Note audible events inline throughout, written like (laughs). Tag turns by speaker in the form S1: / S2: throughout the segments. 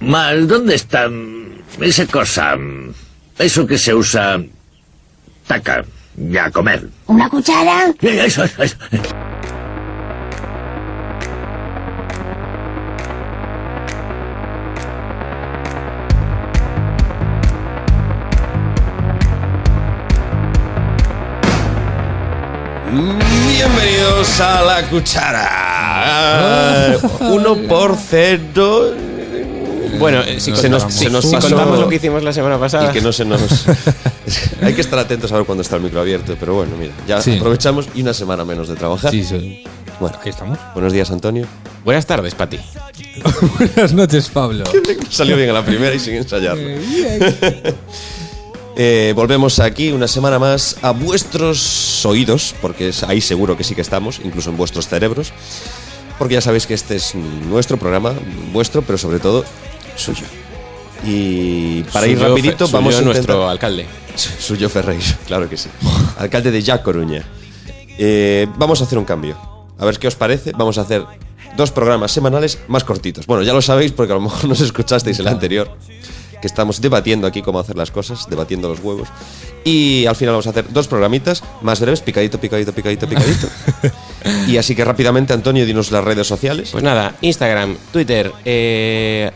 S1: Mal, ¿dónde está esa cosa? Eso que se usa... Taca, ya comer.
S2: ¿Una cuchara?
S1: Eso, eso, eso.
S3: Bienvenidos a la
S4: Ah.
S3: cuchara. Uno por cero. Bueno, eh, si,
S4: No
S3: se nos,
S4: estábamos.
S3: se nos
S4: Si
S3: pasó-
S5: contamos lo que hicimos la semana pasada.
S3: y que no se nos. (laughs) Hay que estar atentos a ver cuando está el micro abierto, pero bueno, mira, ya
S4: Sí.
S3: aprovechamos y una semana menos de trabajar.
S4: Sí, sí.
S3: Bueno,
S4: Aquí estamos.
S3: buenos días, Antonio.
S5: Buenas tardes, Pati.
S4: (laughs) Buenas noches, Pablo.
S3: (laughs) Salió bien a la primera y sin ensayarlo. (laughs) Eh, volvemos aquí una semana más a vuestros oídos, porque es- ahí seguro que sí que estamos, incluso en vuestros cerebros, porque ya sabéis que este es nuestro programa, vuestro, pero sobre todo suyo. Y para ir
S5: Suyo
S3: rapidito,
S5: Fe-
S3: vamos
S5: suyo
S3: a intentar-
S5: nuestro alcalde.
S3: Suyo Ferreiro, (laughs) claro que sí. Alcalde de Ya Coruña. Eh, vamos a hacer un cambio. A ver qué os parece. Vamos a hacer dos programas semanales más cortitos. Bueno, ya lo sabéis porque a lo mejor (laughs) nos escuchasteis el anterior. Que estamos debatiendo aquí cómo hacer las cosas, debatiendo los huevos. Y al final vamos a hacer dos programitas más breves, picadito, picadito, picadito, (laughs) picadito. y así que rápidamente, Antonio, dinos las redes sociales.
S5: Pues nada, Instagram, Twitter, eh,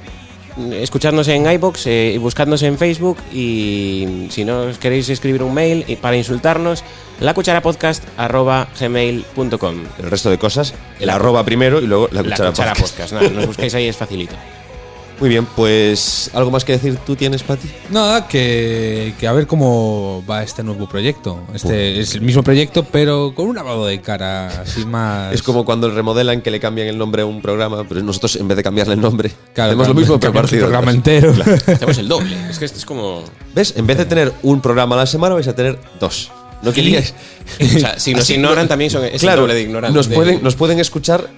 S5: escuchadnos en iBox, eh, y buscadnos en Facebook y si no os queréis escribir un mail y para insultarnos, lacucharapodcast.gmail.com.
S3: El resto de cosas, el arroba primero y luego la
S5: La
S3: cuchara,
S5: cuchara
S3: podcast.
S5: podcast. Nada, nos buscáis ahí, es facilito.
S3: Muy bien, pues ¿algo más que decir tú tienes, Pati?
S4: Nada, que, que a ver cómo va este nuevo proyecto. Este es el mismo proyecto, pero con un lavado de cara, así más.
S3: Es como cuando remodelan que le cambian el nombre a un programa, pero nosotros en vez de cambiarle el nombre,
S4: Claro,
S3: hacemos lo mismo pero
S4: cambiamos el
S3: partido.
S4: programa entero.
S5: Hacemos el doble. Es que esto es como.
S3: ¿Ves? En vez de tener un programa a la semana, vais a tener dos. No queríais.
S5: O sea, si nos
S3: Así,
S5: ignoran
S3: no-
S5: también son, es el
S3: claro,
S5: doble de ignorantes.
S3: Nos
S5: de-
S3: pueden, nos pueden escuchar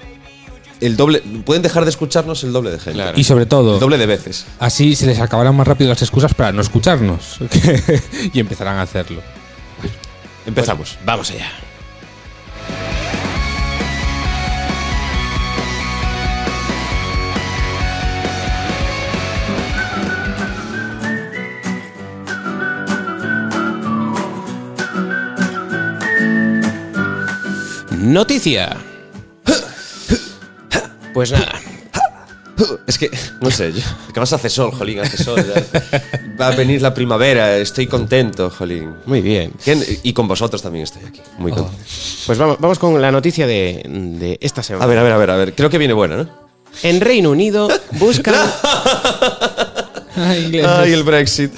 S3: el doble. Pueden dejar de escucharnos el doble de gente.
S5: Claro.
S4: Y sobre
S3: El
S4: todo,
S3: doble de veces.
S4: así se les acabarán más rápido las excusas para no escucharnos. (laughs) y empezarán a hacerlo.
S3: Empezamos.
S5: Vamos allá. Noticia. Pues nada,
S3: Es que, no sé, yo, que más hace sol, Jolín, hace sol. ya. Va a venir la primavera, estoy contento, Jolín.
S5: muy bien.
S3: Que- Y con vosotros también estoy aquí, muy contento.
S5: Pues vamos, vamos con la noticia de, de esta semana.
S3: A ver, a ver, a ver, a ver. Creo que viene buena, ¿no?
S5: En Reino Unido
S3: (laughs)
S5: buscan
S3: Ay, el Brexit.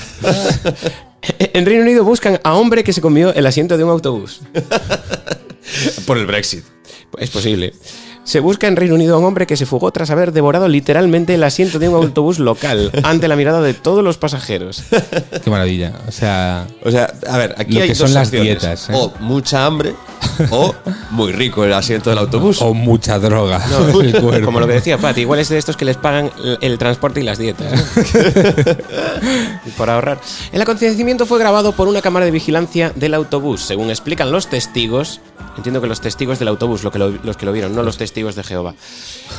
S5: En Reino Unido buscan a hombre que se comió el asiento de un autobús.
S3: Por el Brexit.
S5: Es posible. Se busca en Reino Unido a un hombre que se fugó tras haber devorado literalmente el asiento de un autobús local ante la mirada de todos los pasajeros.
S4: Qué maravilla. O sea,
S3: O sea, a ver, aquí
S4: Lo
S3: hay
S4: que
S3: dos
S4: son las
S3: opciones.
S4: dietas, ¿eh?
S3: O mucha hambre o muy rico el asiento del autobús.
S4: o mucha droga. en (laughs) el cuerpo.
S5: (laughs) Como lo que decía Pat, igual es de estos que les pagan el- el transporte y las dietas.
S4: (laughs)
S5: ¿no? por ahorrar. El acontecimiento fue grabado por una cámara de vigilancia del autobús, según explican los testigos. Entiendo que los testigos del autobús, lo que lo- los que lo vieron, no los testigos de Jehová.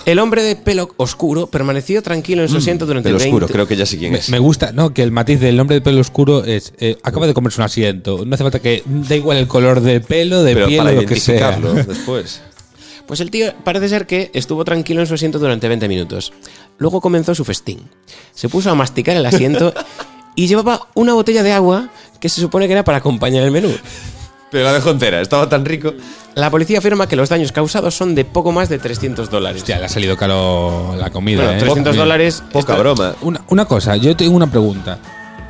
S5: El hombre de pelo oscuro permaneció tranquilo en
S4: Mm,
S5: su asiento durante
S3: Del
S5: 20
S3: oscuro, creo que ya sé quién
S4: Me,
S3: es.
S4: me gusta, ¿no? Que el matiz del hombre de pelo oscuro es. eh, acaba de comerse un asiento. No hace falta que. Da igual el color de pelo, de
S3: Pero
S4: piel
S3: para
S4: o lo que sea.
S3: identificarlo después.
S5: Pues el tío parece ser que estuvo tranquilo en su asiento durante 20 minutos. Luego comenzó su festín. Se puso a masticar el asiento y llevaba una botella de agua que se supone que era para acompañar el menú.
S3: (laughs) Pero la dejó entera, estaba tan rico.
S5: La policía afirma que los daños causados son de poco más de 300 dólares.
S4: Hostia, le ha salido caro la comida.
S5: Bueno,
S4: ¿eh?
S5: 300 dólares.
S3: Poca
S5: esto-
S3: broma.
S4: Una, una cosa, yo tengo una pregunta.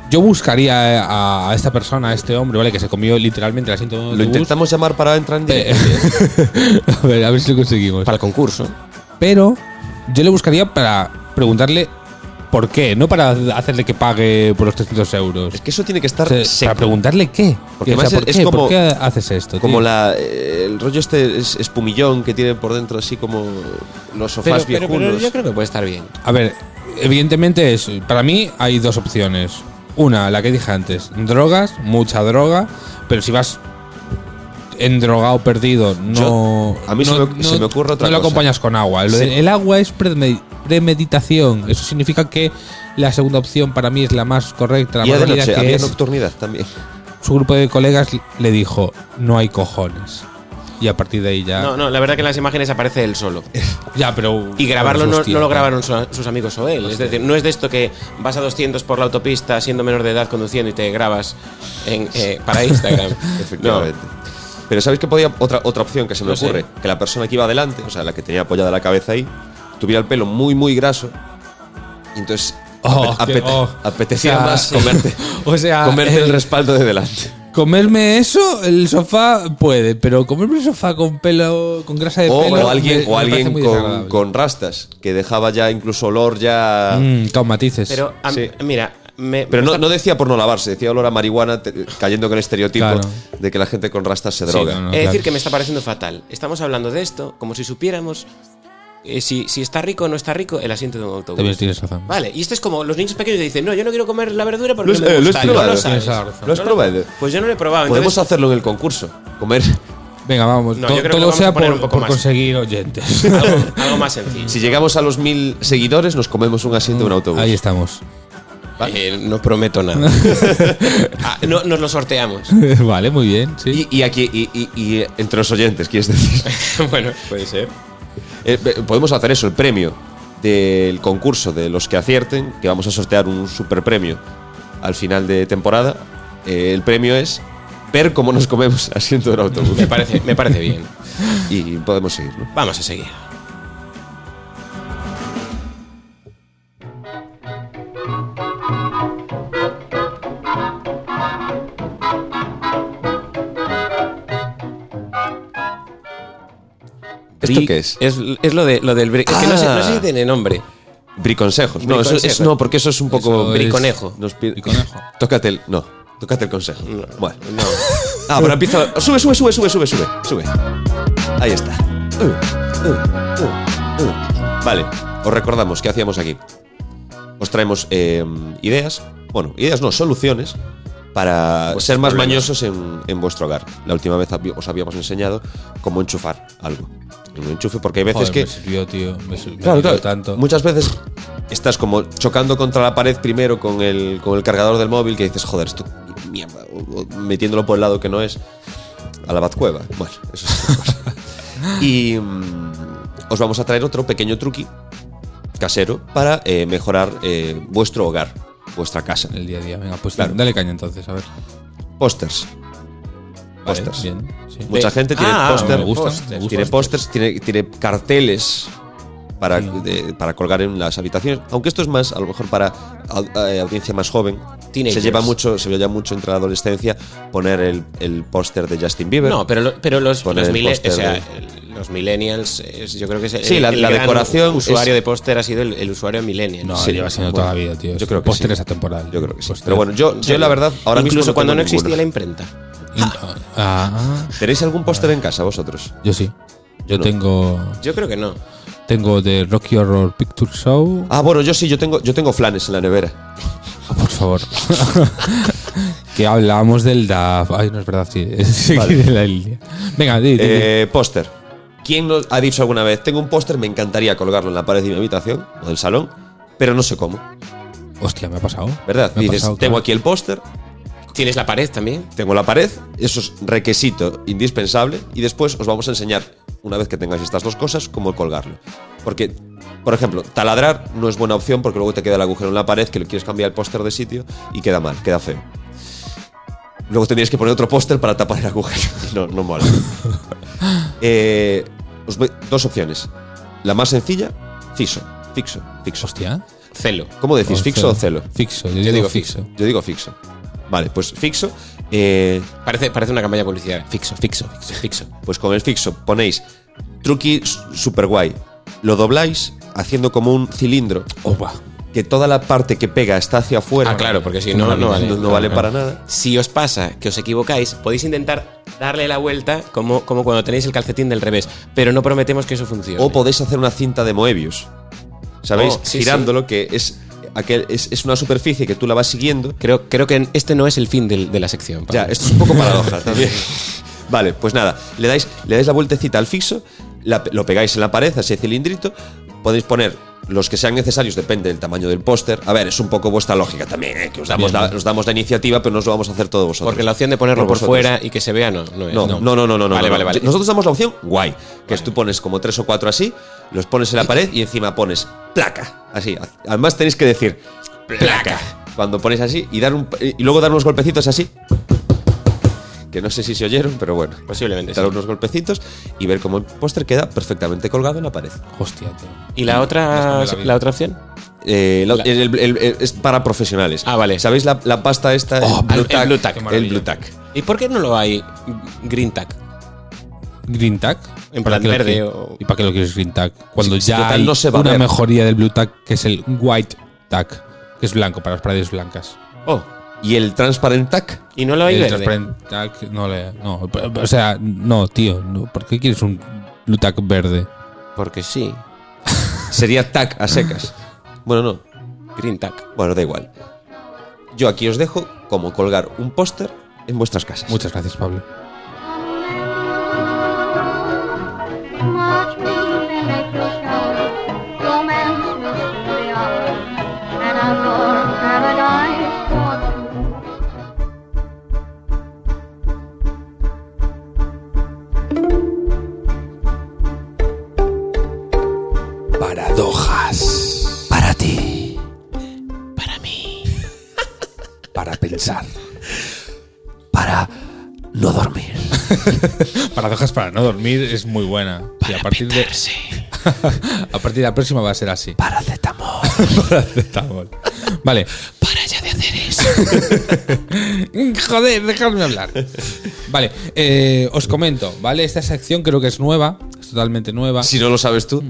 S4: Yo buscaría a, a esta persona, a este hombre, ¿vale? Que se comió literalmente el asiento de un
S3: Lo
S4: autobús.
S3: intentamos llamar para entrar en
S4: Eh,
S3: directo.
S4: (laughs) a, ver, a ver si lo conseguimos.
S5: Para el concurso.
S4: Pero yo le buscaría para preguntarle por qué, no para hacerle que pague por los 300 euros.
S3: Es que eso tiene que estar
S4: O sea,
S3: seco.
S4: para preguntarle qué.
S3: Porque
S4: O sea,
S3: además
S4: ¿por,
S3: es
S4: qué?
S3: como-
S4: ¿Por qué haces esto?
S3: Como
S4: tío?
S3: la, eh, el rollo este es espumillón que tiene por dentro así como los
S5: Pero,
S3: sofás
S5: pero- pero
S3: viejunos.
S5: yo creo que puede estar bien.
S4: A ver, evidentemente es. Para mí hay dos opciones. Una, la que dije antes. Drogas, mucha droga. Pero si vas en drogado perdido, no.
S3: Yo- a mí se
S4: no-
S3: me- se
S4: no-
S3: me ocurre otra
S4: No lo
S3: cosa.
S4: acompañas con agua. Lo
S3: Sí.
S4: de- el agua es preme- premeditación. Eso significa que la segunda opción para mí es la más correcta, la
S3: Y
S4: más
S3: de
S4: válida,
S3: noche,
S4: que
S3: había
S4: es.
S3: nocturnidad también.
S4: Su grupo de colegas le dijo: No hay cojones. Y a partir de ahí
S3: Ah.
S4: ya.
S5: No, no, la verdad que en las imágenes aparece él solo.
S4: Ya, pero.
S5: Y grabarlo
S4: Pues,
S5: no,
S4: hostia,
S5: no lo
S4: claro.
S5: grabaron su- sus amigos o él. Es decir, no es de esto que vas a 200 por la autopista siendo menor de edad conduciendo y te grabas en, eh, para Instagram.
S3: Efectivamente. Pero ¿sabéis que podía otra, otra opción que se me
S5: No sé.
S3: ocurre? Que la persona que iba adelante, o sea, la que tenía apoyada la cabeza ahí, tuviera el pelo muy, muy graso. Y entonces
S4: Oh,
S3: apete-
S4: qué-
S3: apete-
S4: oh.
S3: apetecía
S4: O sea,
S3: más comerte,
S4: (laughs) o sea,
S3: comerte el
S4: el-
S3: respaldo de delante.
S4: Comerme eso, el sofá puede, pero comerme el sofá con pelo, con grasa de
S3: O,
S4: pelo.
S3: o alguien,
S4: me-
S3: o
S4: me parece
S3: alguien
S4: muy
S3: con,
S4: desagradable.
S3: con rastas, que dejaba ya incluso olor ya...
S4: Mm, con matices.
S5: Pero, a-
S3: Sí.
S5: mira, me,
S3: Pero
S5: me
S3: no,
S5: está-
S3: no decía por no lavarse, decía olor a marihuana, te- cayendo con el estereotipo
S4: Claro.
S3: de que la gente con rastas se
S4: Sí,
S3: droga.
S4: no, no.
S5: he de decir
S4: claro.
S5: que me está pareciendo fatal. Estamos hablando de esto como si supiéramos eh, si, si está rico o no está rico el asiento de un autobús.
S4: También tienes razón.
S5: Vale, y esto es como los niños pequeños que dicen, no, yo no quiero comer la verdura porque
S3: Lo has-
S5: no me
S3: eh, lo
S5: gusta",
S3: has
S5: y no
S3: probado.
S5: sabes.
S4: Tienes la razón.
S3: ¿Lo has
S5: No
S3: probado?
S5: Pues yo no lo he probado.
S3: Podemos
S5: entonces-
S3: hacerlo en el concurso. Comer.
S4: Venga, vamos.
S5: No,
S4: to-
S5: yo creo que lo
S4: todo
S5: vamos a
S4: sea
S5: poner
S4: por,
S5: un poco
S4: por
S5: más.
S4: conseguir
S3: (laughs)
S4: oyentes.
S5: (laughs) algo, algo más sencillo.
S3: Si llegamos a los mil seguidores, nos comemos un asiento de un
S5: Mm,
S3: autobús.
S4: Ahí estamos. (laughs)
S5: Eh, no prometo (laughs) nada. Ah, no, nos lo sorteamos.
S4: vale, muy bien. Sí.
S3: Y, y aquí, y, y- y eh, entre los oyentes, quieres
S5: (laughs)
S3: decir.
S5: (laughs) bueno, puede ser.
S3: Eh, eh, podemos hacer eso, el premio del concurso de los que acierten, que vamos a sortear un super premio al final de temporada. Eh, el premio es ver cómo nos comemos asiento de un autobús.
S5: Me parece, me parece bien.
S3: (laughs) y podemos seguir, ¿no?
S5: Vamos a seguir.
S3: ¿Esto qué es?
S5: Es, es lo, de, lo del bri- Es que no sé,
S3: Ah.
S5: no sé si tiene nombre.
S3: Briconsejos. No, eso,
S5: Briconsejos.
S3: es, no, porque eso es un poco.
S4: Eso es-
S5: Briconejo.
S3: Nos pide-
S4: Briconejo.
S3: (laughs) Tócate el. No, tócate el consejo. Bueno. Ah, pero empieza. Sube, sube, sube, sube, sube, sube. Sube. Ahí está. Uh, uh, uh, uh. Vale, os recordamos qué hacíamos aquí. Os traemos eh, ideas. Bueno, ideas no, soluciones para ser más mañosos en, en vuestro hogar. La última vez habi- os habíamos enseñado cómo enchufar algo. En un enchufe, porque hay veces
S4: Joder, pues
S3: que.
S4: me sirvió, tío. Me sirvió
S3: Claro, claro.
S4: tanto.
S3: Muchas veces estás como chocando contra la pared primero con el, con el cargador del móvil que dices, joder, esto mierda, o- o metiéndolo por el lado que no es a la batcueva. Bueno, eso es otra cosa.
S4: (laughs)
S3: Y mm, os vamos a traer otro pequeño truqui casero para eh, mejorar eh, vuestro hogar, vuestra casa.
S4: El día a día. Venga, pues
S3: Claro.
S4: dale caña entonces, a ver.
S3: Pósters.
S4: Vale,
S3: Pósters.
S4: bien, sí.
S3: Mucha
S5: De-
S3: gente tiene
S5: Ah,
S3: póster.
S4: me gusta, me gusta.
S3: Tiene pósters, tiene, tiene carteles para, de- para colgar en las habitaciones. Aunque esto es más, a lo mejor para au- eh, audiencia más joven.
S5: Teenagers.
S3: Se lleva mucho, se lleva mucho entre la adolescencia poner el, el póster de Justin Bieber.
S5: No, pero, lo- pero los,
S3: Poner
S5: los,
S3: el
S5: mile-
S3: póster
S5: o sea,
S3: de-
S5: el- los millennials, es- yo creo que es el,
S3: Sí, la-
S5: el
S3: la
S5: gran
S3: decoración
S5: usuario
S3: es-
S5: de póster ha sido el, el usuario millennial.
S4: No,
S3: Sí,
S4: lleva siendo
S3: bueno,
S4: toda la vida, tío.
S3: yo creo que
S4: Póster
S3: sí.
S4: es atemporal.
S3: Yo creo que sí.
S4: Póster.
S3: Pero bueno, yo, yo la verdad, ahora
S5: Incluso
S3: mismo.
S5: cuando no
S3: tengo ninguno.
S5: existía la imprenta.
S4: Ah, ah,
S3: ¿Tenéis algún póster en casa vosotros?
S4: yo sí. Yo
S3: No.
S4: tengo.
S5: Yo creo que no.
S4: Tengo de Rocky Horror Picture Show.
S3: Ah, bueno, yo sí, yo tengo, yo tengo flanes en la nevera.
S4: Ah, por favor. (laughs) que hablábamos del DAF. Ay, no es verdad, sí. (laughs) Es seguir en la línea. Venga, di, di, di.
S3: Eh, póster. ¿Quién nos ha dicho alguna vez? Tengo un póster, me encantaría colgarlo en la pared de mi habitación o del salón, pero no sé cómo.
S4: Hostia, me ha pasado.
S3: ¿Verdad?
S4: Me ha
S3: Dices,
S4: pasado,
S3: tengo
S4: claro.
S3: aquí el póster,
S5: ¿Tienes la pared también?
S3: tengo la pared, eso es requisito indispensable y después os vamos a enseñar, una vez que tengáis estas dos cosas, cómo colgarlo. Porque, por ejemplo, taladrar no es buena opción porque luego te queda el agujero en la pared que le quieres cambiar el póster de sitio y queda mal, queda feo. Luego tendrías que poner otro póster para tapar el agujero. (laughs) No, no
S4: (laughs)
S3: mola. Eh, os doy dos opciones. La más sencilla, fiso, fixo, fixo.
S4: Hostia.
S5: Celo.
S3: ¿Cómo decís,
S4: Oh,
S3: fixo o celo?
S4: Fixo, yo,
S3: Yo
S4: digo
S3: digo
S4: fixo.
S3: fixo. Yo digo fixo. Vale, pues fixo. eh,
S5: Parece, parece una campaña publicitaria. Fixo, fixo, fixo, fixo.
S3: pues con el fixo ponéis truqui s- super guay. Lo dobláis haciendo como un cilindro.
S4: Opa.
S3: Que toda la parte que pega está hacia afuera.
S5: Ah, claro, porque si no, no vale.
S3: No, vale para nada.
S5: Si os pasa que os equivocáis, podéis intentar darle la vuelta como, como cuando tenéis el calcetín del revés, pero no prometemos que eso funcione.
S3: O podéis hacer una cinta de Moebius. ¿Sabéis?
S5: Oh, sí,
S3: Girándolo, que es, aquel, es, es una superficie que tú la vas siguiendo.
S5: creo, creo que este no es el fin del- de la sección.
S3: Ya,
S5: (laughs) Pablo.
S3: esto es un poco paradoja también. Vale, pues nada, le dais, le dais la vueltecita al fixo, la pe- lo pegáis en la pared, así cilindrito, podéis poner los que sean necesarios, depende del tamaño del póster. A ver, es un poco vuestra lógica también, ¿eh? que os damos,
S4: Bien.
S3: la, os damos la iniciativa, pero no os lo vamos a hacer todos vosotros.
S5: Porque la opción de ponerlo por
S3: vosotros.
S5: fuera y que se vea no, Pues no es.
S3: No, no, no, no, no, no.
S5: Vale,
S3: no.
S5: vale, vale.
S3: Nosotros damos la opción guay, que es tú pones como tres o cuatro así, los pones en la pared y encima pones placa, así. Además tenéis que decir placa cuando pones así y dar un y luego dar unos golpecitos así. Que no sé si se oyeron, pero bueno. pues
S5: Posiblemente
S3: Dar
S5: sí.
S3: unos golpecitos y ver cómo el póster queda perfectamente colgado en la pared.
S4: Hostia, tío.
S5: ¿Y la otra,
S4: Es que me la vi.
S5: la otra opción?
S3: Eh, la- el- el- el- el- es para profesionales.
S5: Ah, vale.
S3: ¿Sabéis la, la pasta esta?
S5: Oh,
S3: el
S5: el- el Blue Tack.
S3: El
S5: Qué
S4: maravilla.
S3: Blue Tack.
S5: ¿Y por qué no lo hay green tag?
S4: Green Tag.
S5: En
S4: ¿Para
S5: plan
S4: qué lo
S5: verde
S4: quiere-
S5: o-
S4: ¿Y para qué lo quieres Green Tag? Cuando
S3: Si- si
S4: ya
S3: total
S4: hay
S3: no se va a
S4: una
S3: ver.
S4: mejoría del Blue Tag, que es el White Tag, que es blanco, para las paredes blancas.
S5: Oh,
S3: ¿Y el Transparent Tack?
S5: ¿y no lo hay
S4: el
S5: verde?
S4: transparent Tag no le. No, p- p- o sea, no, tío. no, ¿Por qué quieres un Blue Tag verde?
S5: Porque sí,
S3: Sería tac a secas. Bueno, no.
S5: green tag.
S3: Bueno, da igual. Yo aquí os dejo cómo colgar un póster en vuestras casas.
S4: Muchas gracias, Pablo.
S2: Watch me make a show. Romance mystery hour. And I'm your paradise for two.
S6: Paradojas. Para ti. Para mí. Para pensar. Para no dormir.
S4: Paradojas para no dormir es muy buena. y a partir de, (laughs) a partir de la próxima va a ser así.
S6: Para zetamor.
S4: (laughs) Paracetamol. Vale.
S6: Para ya de hacer eso.
S4: (laughs) Joder, dejadme hablar. Vale, eh, os comento, ¿vale? Esta sección creo que es nueva, es totalmente nueva.
S3: Si no lo sabes tú,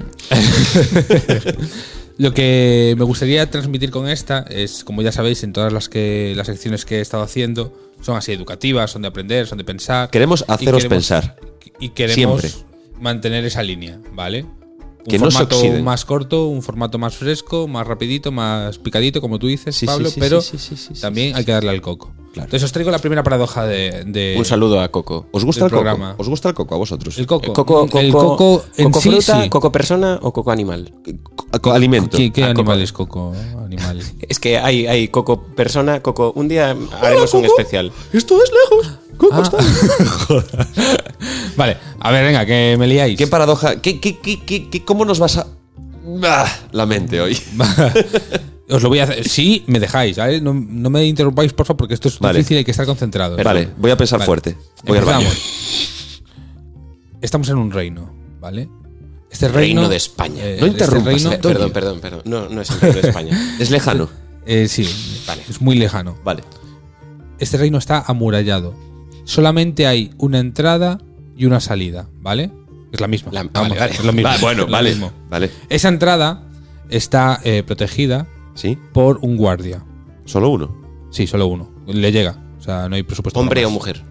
S4: Lo que me gustaría transmitir con esta es, como ya sabéis, en todas las que las secciones que he estado haciendo son así educativas, son de aprender, son de pensar.
S3: Queremos
S4: Y
S3: haceros pensar.
S4: Y queremos
S3: Siempre.
S4: mantener esa línea, ¿vale? Un
S3: Que no se
S4: formato
S3: oxiden.
S4: más corto, un formato más fresco, más rapidito, más picadito, como tú dices,
S3: Sí, sí,
S4: Pablo,
S3: sí,
S4: pero
S3: sí, sí, sí, sí,
S4: también hay que darle al coco.
S3: Claro.
S4: Entonces os traigo la primera paradoja de, de-
S5: Un saludo a Coco.
S3: ¿os gusta
S4: Del
S3: el coco?
S4: Eh, programa.
S3: ¿Os gusta el coco a vosotros?
S4: El coco.
S5: Eh, Coco,
S4: el
S5: coco-
S4: coco en
S5: coco
S4: sí,
S5: fruta,
S4: sí.
S5: coco persona o coco animal.
S3: Co- co- alimento.
S4: ¿Qué, qué
S5: Ah, coco.
S4: animal es coco? Animal.
S5: Es que hay, hay coco persona, coco. Un día haremos un especial.
S3: Esto es lejos. Coco
S4: Ah. vale, a ver, venga, que me liáis.
S3: ¿Qué paradoja? ¿Qué, qué, qué, qué, qué- cómo nos vas a...? Ah, la mente hoy.
S4: Os lo voy a hacer. Sí, me dejáis, ¿vale? No, no me interrumpáis, por favor, porque esto es
S3: Vale.
S4: difícil y hay que estar concentrado.
S3: Vale, voy a pensar
S4: Vale.
S3: fuerte. Voy al baño.
S4: Empezamos. Estamos en un reino, ¿vale? Este reino,
S5: Reino de España.
S4: eh,
S3: No
S4: este
S3: interrumpas,
S4: reino-
S3: eh,
S5: Pe- Perdón, perdón, perdón. No, no es el reino
S4: (laughs)
S5: de España.
S3: Es lejano.
S4: Eh, sí, es muy lejano.
S3: Vale.
S4: Este reino está amurallado. Solamente hay una entrada y una salida, ¿vale? Es la misma.
S5: La- vale,
S4: Vamos,
S5: vale.
S4: es lo mismo.
S3: Va, bueno,
S4: Lo
S3: vale.
S4: mismo.
S3: Vale.
S4: Esa entrada está eh, protegida
S3: ¿Sí?
S4: por un guardia.
S3: Solo uno.
S4: Sí, solo uno. Le llega. O sea, no hay presupuesto.
S5: Hombre
S4: para
S5: o
S4: más.
S5: mujer.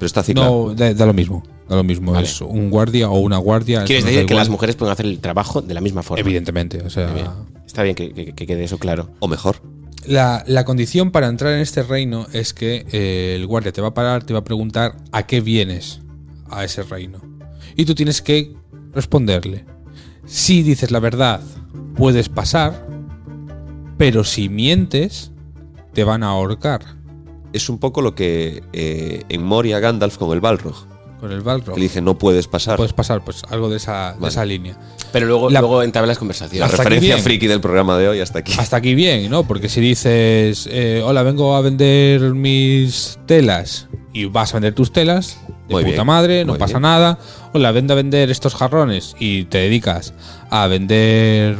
S3: Pero está ciclado.
S4: No, da, da lo mismo. Da lo mismo. Es un guardia o una guardia.
S5: Quieres
S4: eso nos da
S5: decir que
S4: igual.
S5: las mujeres pueden hacer el trabajo de la misma forma.
S4: Evidentemente. O sea,
S5: Bien. Está bien que, que- que quede eso claro.
S3: O mejor.
S4: la, la condición para entrar en este reino es que eh, el guardia te va a parar, te va a preguntar a qué vienes a ese reino. Y tú tienes que responderle. Si dices la verdad, puedes pasar, pero si mientes, te van a ahorcar
S3: Es un poco lo que eh, en Moria Gandalf con el Balrog.
S4: con el Balrog.
S3: Que le dice, no puedes pasar.
S4: Puedes pasar, pues algo de esa, de
S3: Vale.
S4: esa línea.
S5: Pero luego,
S4: La-
S5: luego entablas
S3: La
S5: conversaciones.
S4: Hasta aquí
S3: referencia
S4: bien. Ah.
S3: friki del programa de hoy hasta aquí.
S4: Hasta aquí bien, ¿no? Porque si dices, eh, hola, vengo a vender mis telas y vas a vender tus telas, de
S3: Muy
S4: puta
S3: bien,
S4: madre, no
S3: muy
S4: pasa
S3: bien.
S4: nada. Hola, vendo a vender estos jarrones y te dedicas a vender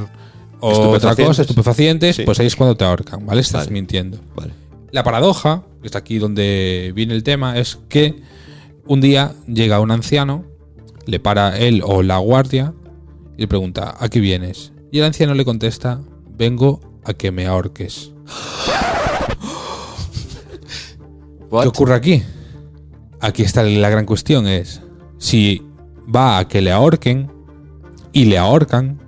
S4: otra
S3: Estupefacientes.
S4: cosa, estupefacientes,
S3: Sí.
S4: pues ahí es cuando te ahorcan, ¿vale? Estás
S3: Vale.
S4: mintiendo.
S3: Vale.
S4: La paradoja, que está aquí donde viene el tema, es que un día llega un anciano, le para él o la guardia y le pregunta, ¿a qué vienes? Y el anciano le contesta, vengo a que me ahorques. ¿Qué ocurre aquí? Aquí está la gran cuestión, es si va a que le ahorquen y le ahorcan,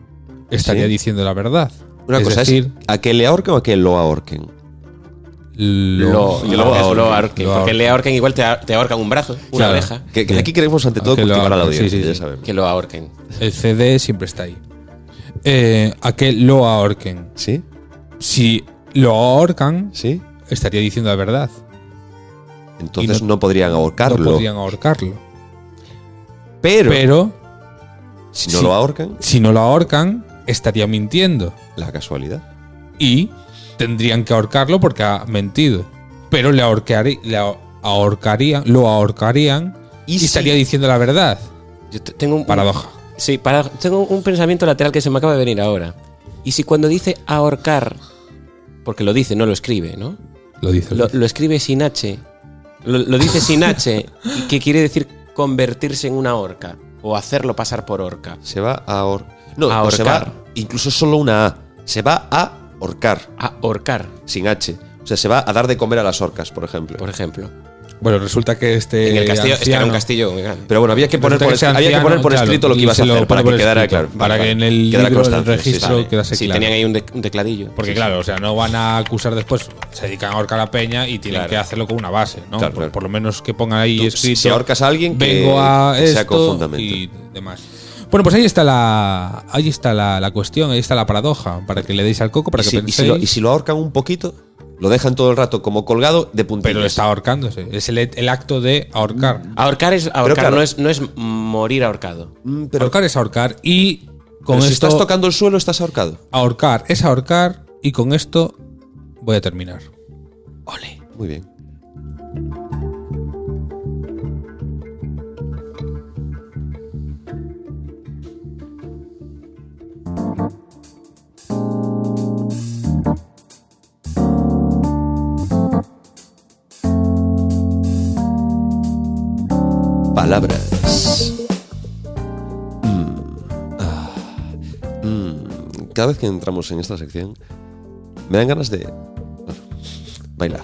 S4: estaría
S3: Sí.
S4: diciendo la verdad.
S3: Una
S4: es
S3: cosa
S4: decir,
S3: es a que le ahorquen o a que lo ahorquen.
S4: Lo,
S3: Lo- que lo
S5: ahorquen,
S3: ahorquen.
S5: ahorquen,
S4: Lo
S5: porque
S4: ahorquen.
S5: le ahorquen igual te, a- te ahorcan un brazo, una
S4: Claro.
S5: oreja.
S3: Que, que aquí queremos ante todo
S4: Que lo
S3: cultivar a la
S4: hagan, sí,
S3: audiencia,
S4: sí,
S3: ya
S4: sí.
S3: sabemos.
S5: Que lo ahorquen.
S4: El CD siempre está ahí. Eh, a que lo ahorquen.
S3: ¿Sí?
S4: Si lo ahorcan,
S3: ¿Sí?
S4: estaría diciendo la verdad.
S3: Entonces
S4: Y
S3: no, podrían ahorcarlo.
S4: No podrían ahorcarlo.
S3: pero,
S4: Pero
S3: si no
S4: sí.
S3: lo ahorcan,
S4: si no lo ahorcan, estaría mintiendo.
S3: la casualidad.
S4: Y tendrían que ahorcarlo porque ha mentido. Pero le, ahorcari- le ahor- ahorcarían, lo ahorcarían
S3: Y
S4: y,
S3: si-
S4: estaría diciendo la verdad.
S5: Yo te- tengo un,
S4: Paradoja.
S5: Sí, para, tengo un pensamiento lateral que se me acaba de venir ahora. Y si cuando dice ahorcar, porque lo dice, no lo escribe, ¿no?
S4: Lo dice.
S5: Lo, lo escribe sin H. Lo, lo dice sin H, que quiere decir convertirse en una horca o hacerlo pasar por horca.
S3: Se va a ahor... No,
S5: A
S3: no, se va
S5: ahorcar.
S3: incluso solo una A. Se va a ahorcar,
S5: Ahorcar,
S3: sin H. O sea, se va a dar de comer a las orcas, por ejemplo.
S5: por ejemplo.
S4: Bueno, resulta que este.
S5: en el castillo, es que era un
S4: anciano-
S5: castillo muy grande.
S3: Pero bueno, había que poner, por,
S4: Resulta
S3: escri- había que
S4: anciano,
S3: poner por
S4: claro,
S3: escrito lo que
S4: y
S3: ibas
S4: se
S3: a
S4: lo
S3: hacer para
S4: pone
S3: que
S4: por
S3: quedara
S4: escrito,
S3: claro.
S4: Para
S3: Vale,
S4: que en
S3: vale.
S4: el
S3: Quedara
S4: libro del
S3: constancia, sí,
S4: registro
S3: vale.
S4: quedase
S5: Si
S4: claro.
S5: tenían ahí un, de- un tecladillo.
S4: Porque
S5: Sí,
S4: claro, o sea, no van a acusar después, se dedican a ahorcar a Peña y tienen
S5: Claro.
S4: que hacerlo con una base, ¿no?
S3: Claro,
S4: por,
S3: claro.
S4: por lo menos que pongan ahí
S3: Tú,
S4: escrito.
S3: si ahorcas a alguien, que-
S4: vengo a
S3: que sea con
S4: esto
S3: fundamento".
S4: y demás. Bueno, pues ahí está la, ahí está la, la cuestión, ahí está la paradoja, para que le deis al coco, para
S3: y,
S4: que
S3: si, y
S4: penséis.
S3: si lo, y si lo ahorcan un poquito, lo dejan todo el rato como colgado de puntillas.
S4: pero está ahorcándose. Es el, el acto de ahorcar.
S3: Mm,
S5: Ahorcar es ahorcar,
S3: claro.
S5: no, es, no es morir ahorcado.
S3: Mm, pero
S4: ahorcar es ahorcar y con
S3: pero si
S4: esto
S3: estás tocando el suelo, estás ahorcado.
S4: ahorcar es ahorcar y con esto voy a terminar. (laughs)
S5: Ole.
S3: Muy bien. Palabras. Mm, ah, mm. Cada vez que entramos en esta sección, me dan ganas de bueno, bailar.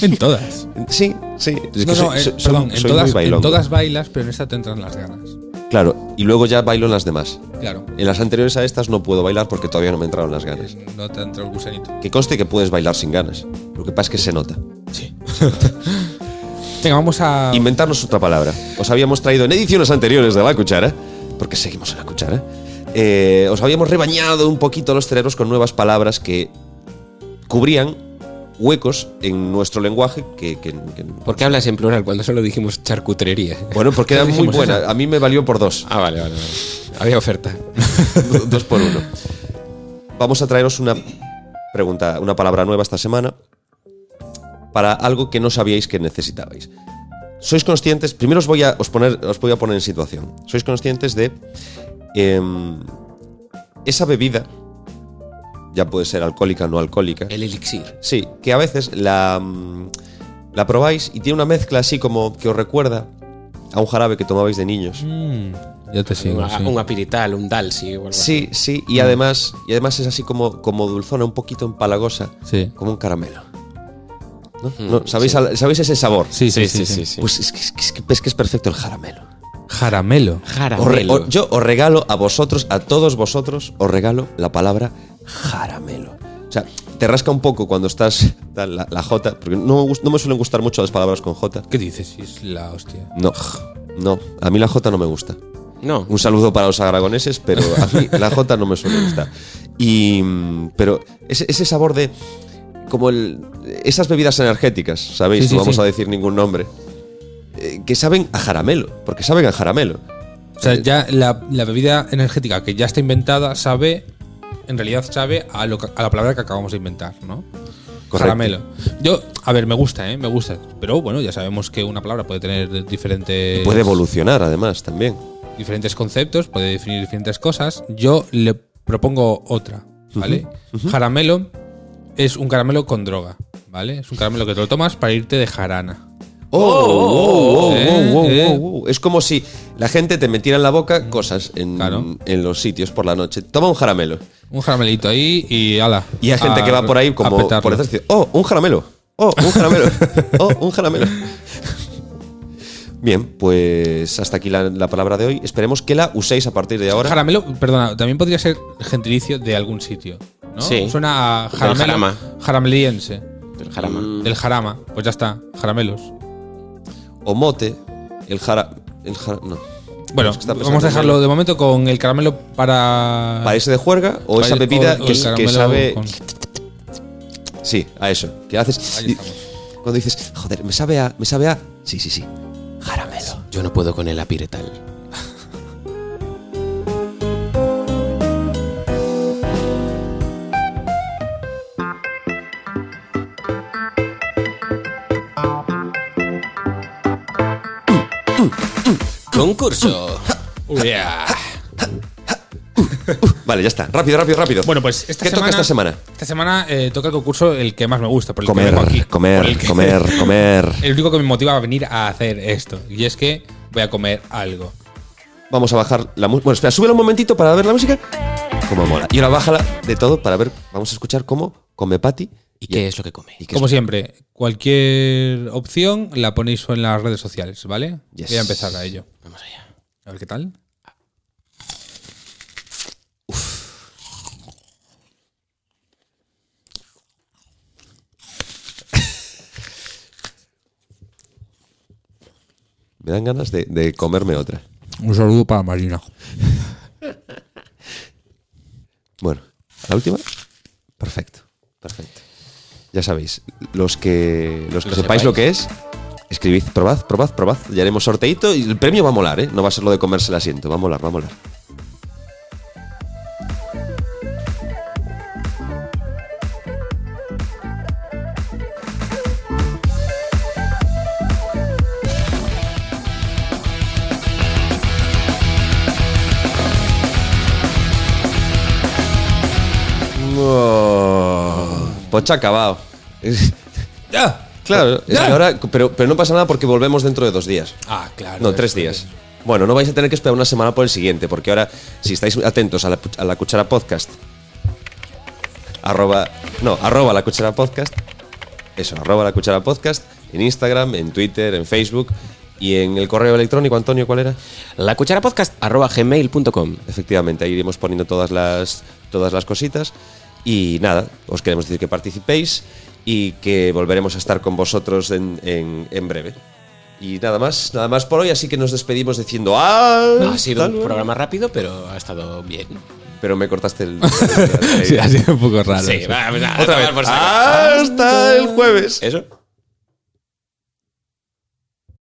S4: En todas.
S3: Sí, sí. Es
S4: No,
S3: que
S4: no,
S3: soy-
S4: eh,
S3: soy-
S4: perdón,
S3: soy
S4: en
S3: muy
S4: todas, en
S3: bailongo.
S4: todas bailas, pero en esta te entran las ganas.
S3: Claro, y luego ya bailo en las demás.
S4: Claro.
S3: En las anteriores a estas no puedo bailar porque todavía no me entraron las ganas.
S4: No te entra el gusanito.
S3: Que conste que puedes bailar sin ganas. Lo que pasa es que se nota.
S4: Venga, vamos a.
S3: Inventarnos otra palabra. Os habíamos traído en ediciones anteriores de La Cuchara, porque seguimos en La Cuchara, eh, os habíamos rebañado un poquito los cerebros con nuevas palabras que cubrían huecos en nuestro lenguaje que- que- que
S5: ¿Por qué hablas en plural cuando solo dijimos charcutería?
S3: Bueno,
S5: (laughs)
S3: porque (laughs) era muy
S4: dijimos
S3: buena. A mí me valió por dos.
S5: Ah, vale, vale, vale. Había oferta.
S3: dos por uno. Vamos a traeros una pregunta, una palabra nueva esta semana para algo que no sabíais que necesitabais. ¿Sois conscientes? Primero os voy a, os poner, os voy a poner en situación. ¿Sois conscientes de em, esa bebida? Ya puede ser alcohólica o no alcohólica.
S5: El elixir.
S3: Sí, que a veces la, mm, la probáis y tiene una mezcla así como que os recuerda a un jarabe que tomabais de niños.
S4: Mm, ya te sigo.
S5: un,
S4: sí.
S5: un apirital, un dalsi o algo
S3: Sí,
S5: así.
S3: sí, y además, y además es así como, como dulzona, un poquito empalagosa,
S4: Sí.
S3: como un caramelo. ¿No? ¿No? ¿Sabéis, al- ¿Sabéis ese sabor?
S4: Sí, sí, sí, sí.
S3: Pues es que es, que- es que- es que es perfecto el jaramelo.
S4: Jaramelo.
S3: Os re-
S5: Pues, Jaramelo.
S3: o- yo os regalo a vosotros, a todos vosotros, os regalo la palabra jaramelo. O sea, te rasca un poco cuando estás tal, la, la J, porque no me, gust- no me suelen gustar mucho las palabras con J.
S4: ¿Qué dices? Sí, Es la hostia.
S3: No, no, a mí la J no me gusta.
S5: no.
S3: Un saludo para los aragoneses, pero a mí la J no me suele gustar. Y, mm, pero ese, ese sabor de. Como el- esas bebidas energéticas, ¿sabéis?
S4: Sí, sí,
S3: no vamos
S4: sí.
S3: a decir ningún nombre. eh, que saben a jaramelo, porque saben a jaramelo.
S4: O sea,
S3: Eh,
S4: ya la, la bebida energética que ya está inventada sabe. En realidad sabe a, lo que- a la palabra que acabamos de inventar, ¿no?
S3: Correcto.
S4: Jaramelo. Yo, a ver, me gusta, ¿eh? Me gusta. Pero bueno, ya sabemos que una palabra puede tener diferentes.
S3: Puede evolucionar, además, también.
S4: diferentes conceptos, puede definir diferentes cosas. Yo le propongo otra, ¿vale? Jaramelo es un caramelo con droga, ¿vale? Es un caramelo que te lo tomas para irte de jarana.
S3: ¡Oh! oh, oh,
S4: eh,
S3: oh, oh,
S4: eh.
S3: oh, oh. Es como si la gente te metiera en la boca cosas en,
S4: Claro.
S3: en los sitios por la noche. Toma un jaramelo.
S4: Un jaramelito ahí y ala.
S3: Y hay gente
S4: a-
S3: que va por ahí
S4: a
S3: como
S4: petarlo.
S3: por detrás y dice, oh, un jaramelo, oh, un
S4: (laughs)
S3: jaramelo, oh, un jaramelo. Bien, pues hasta aquí la, la palabra de hoy. Esperemos que la uséis a partir de ahora.
S4: Jaramelo, perdona, también podría ser gentilicio de algún sitio, ¿no?
S5: Sí.
S4: Suena a
S5: Del
S4: jaramelo
S5: Jarama.
S4: jarameliense.
S5: Del jarama.
S3: Mm.
S4: Del jarama. Pues ya está, jaramelos.
S3: O mote, el jara. El jara no.
S4: Bueno,
S3: Pues Es que está
S4: vamos a
S3: pensando
S4: dejarlo
S3: en-
S4: de momento con el caramelo para.
S3: Para irse de juerga o
S4: para
S3: esa
S4: el-
S3: pepita
S4: o- o
S3: que,
S4: el
S3: que
S4: caramelo
S3: sabe.
S4: con-
S3: Sí, a eso. Que haces.
S4: Ahí
S3: y-
S4: estamos.
S3: cuando dices, joder, me sabe a. Me sabe a. Sí, sí, sí.
S5: Jaramelo. Yo no puedo con el apiretal.
S4: (laughs)
S5: Concurso.
S3: Vale, ya está. Rápido, rápido, rápido.
S4: Bueno, pues esta
S3: ¿Qué
S4: semana,
S3: toca esta semana?
S4: Esta semana eh, toca el concurso el que más me gusta, por el que
S3: Comer,
S4: vengo aquí. Por el
S3: comer,
S4: que-
S3: comer, comer.
S4: (laughs) El único que me motiva a venir a hacer esto. Y es que voy a comer algo.
S3: Vamos a bajar la música. Bueno, espera, súbela un momentito para ver la música. Como mola. Y ahora bájala de todo para ver. Vamos a escuchar cómo come Patty.
S5: ¿Y qué es lo que come?
S3: y qué
S4: Como
S3: es-
S4: siempre, cualquier opción la ponéis en las redes sociales, ¿vale?
S3: Yes.
S4: Voy a empezar a ello.
S5: Vamos allá.
S4: A ver qué tal.
S3: Me dan ganas de, de comerme otra.
S4: Un saludo para Marina.
S3: Bueno, la última. Perfecto, perfecto. Ya sabéis, los que, los que
S5: Lo
S3: sepáis
S5: sepáis.
S3: lo que es, escribid, probad, probad, probad. Ya haremos sorteito y el premio va a molar, ¿eh? No va a ser lo de comerse el asiento, va a molar, va a molar. Pues se ha acabado. Es-
S4: ¡Ya!
S3: claro, es que
S4: Ya.
S3: ahora, pero, pero no pasa nada porque volvemos dentro de dos días.
S4: Ah, claro.
S3: No, tres días. Bueno, no vais a tener que esperar una semana por el siguiente, porque ahora, si estáis atentos a la, a la cuchara podcast, arroba, no, arroba la cuchara podcast, eso, arroba la cuchara podcast, en Instagram, en Twitter, en Facebook y en el correo electrónico, Antonio, ¿cuál era?
S5: La cuchara podcast arroba gmail.com.
S3: Efectivamente, ahí iremos poniendo todas las, todas las cositas. Y nada, os queremos decir que participéis y que volveremos a estar con vosotros en, en- en breve. Y nada más, nada más por hoy, así que nos despedimos diciendo ¡Ah!
S5: No, ha sido
S3: hasta
S5: un
S3: luego".
S5: programa rápido, pero ha estado bien.
S3: Pero me cortaste el...
S4: (laughs) Sí, ha sido un poco raro.
S5: (laughs) Sí,
S4: eso.
S5: va, vamos a
S3: Otra
S5: tomar
S3: vez.
S5: por saco.
S3: ¡Hasta el jueves!
S5: Eso.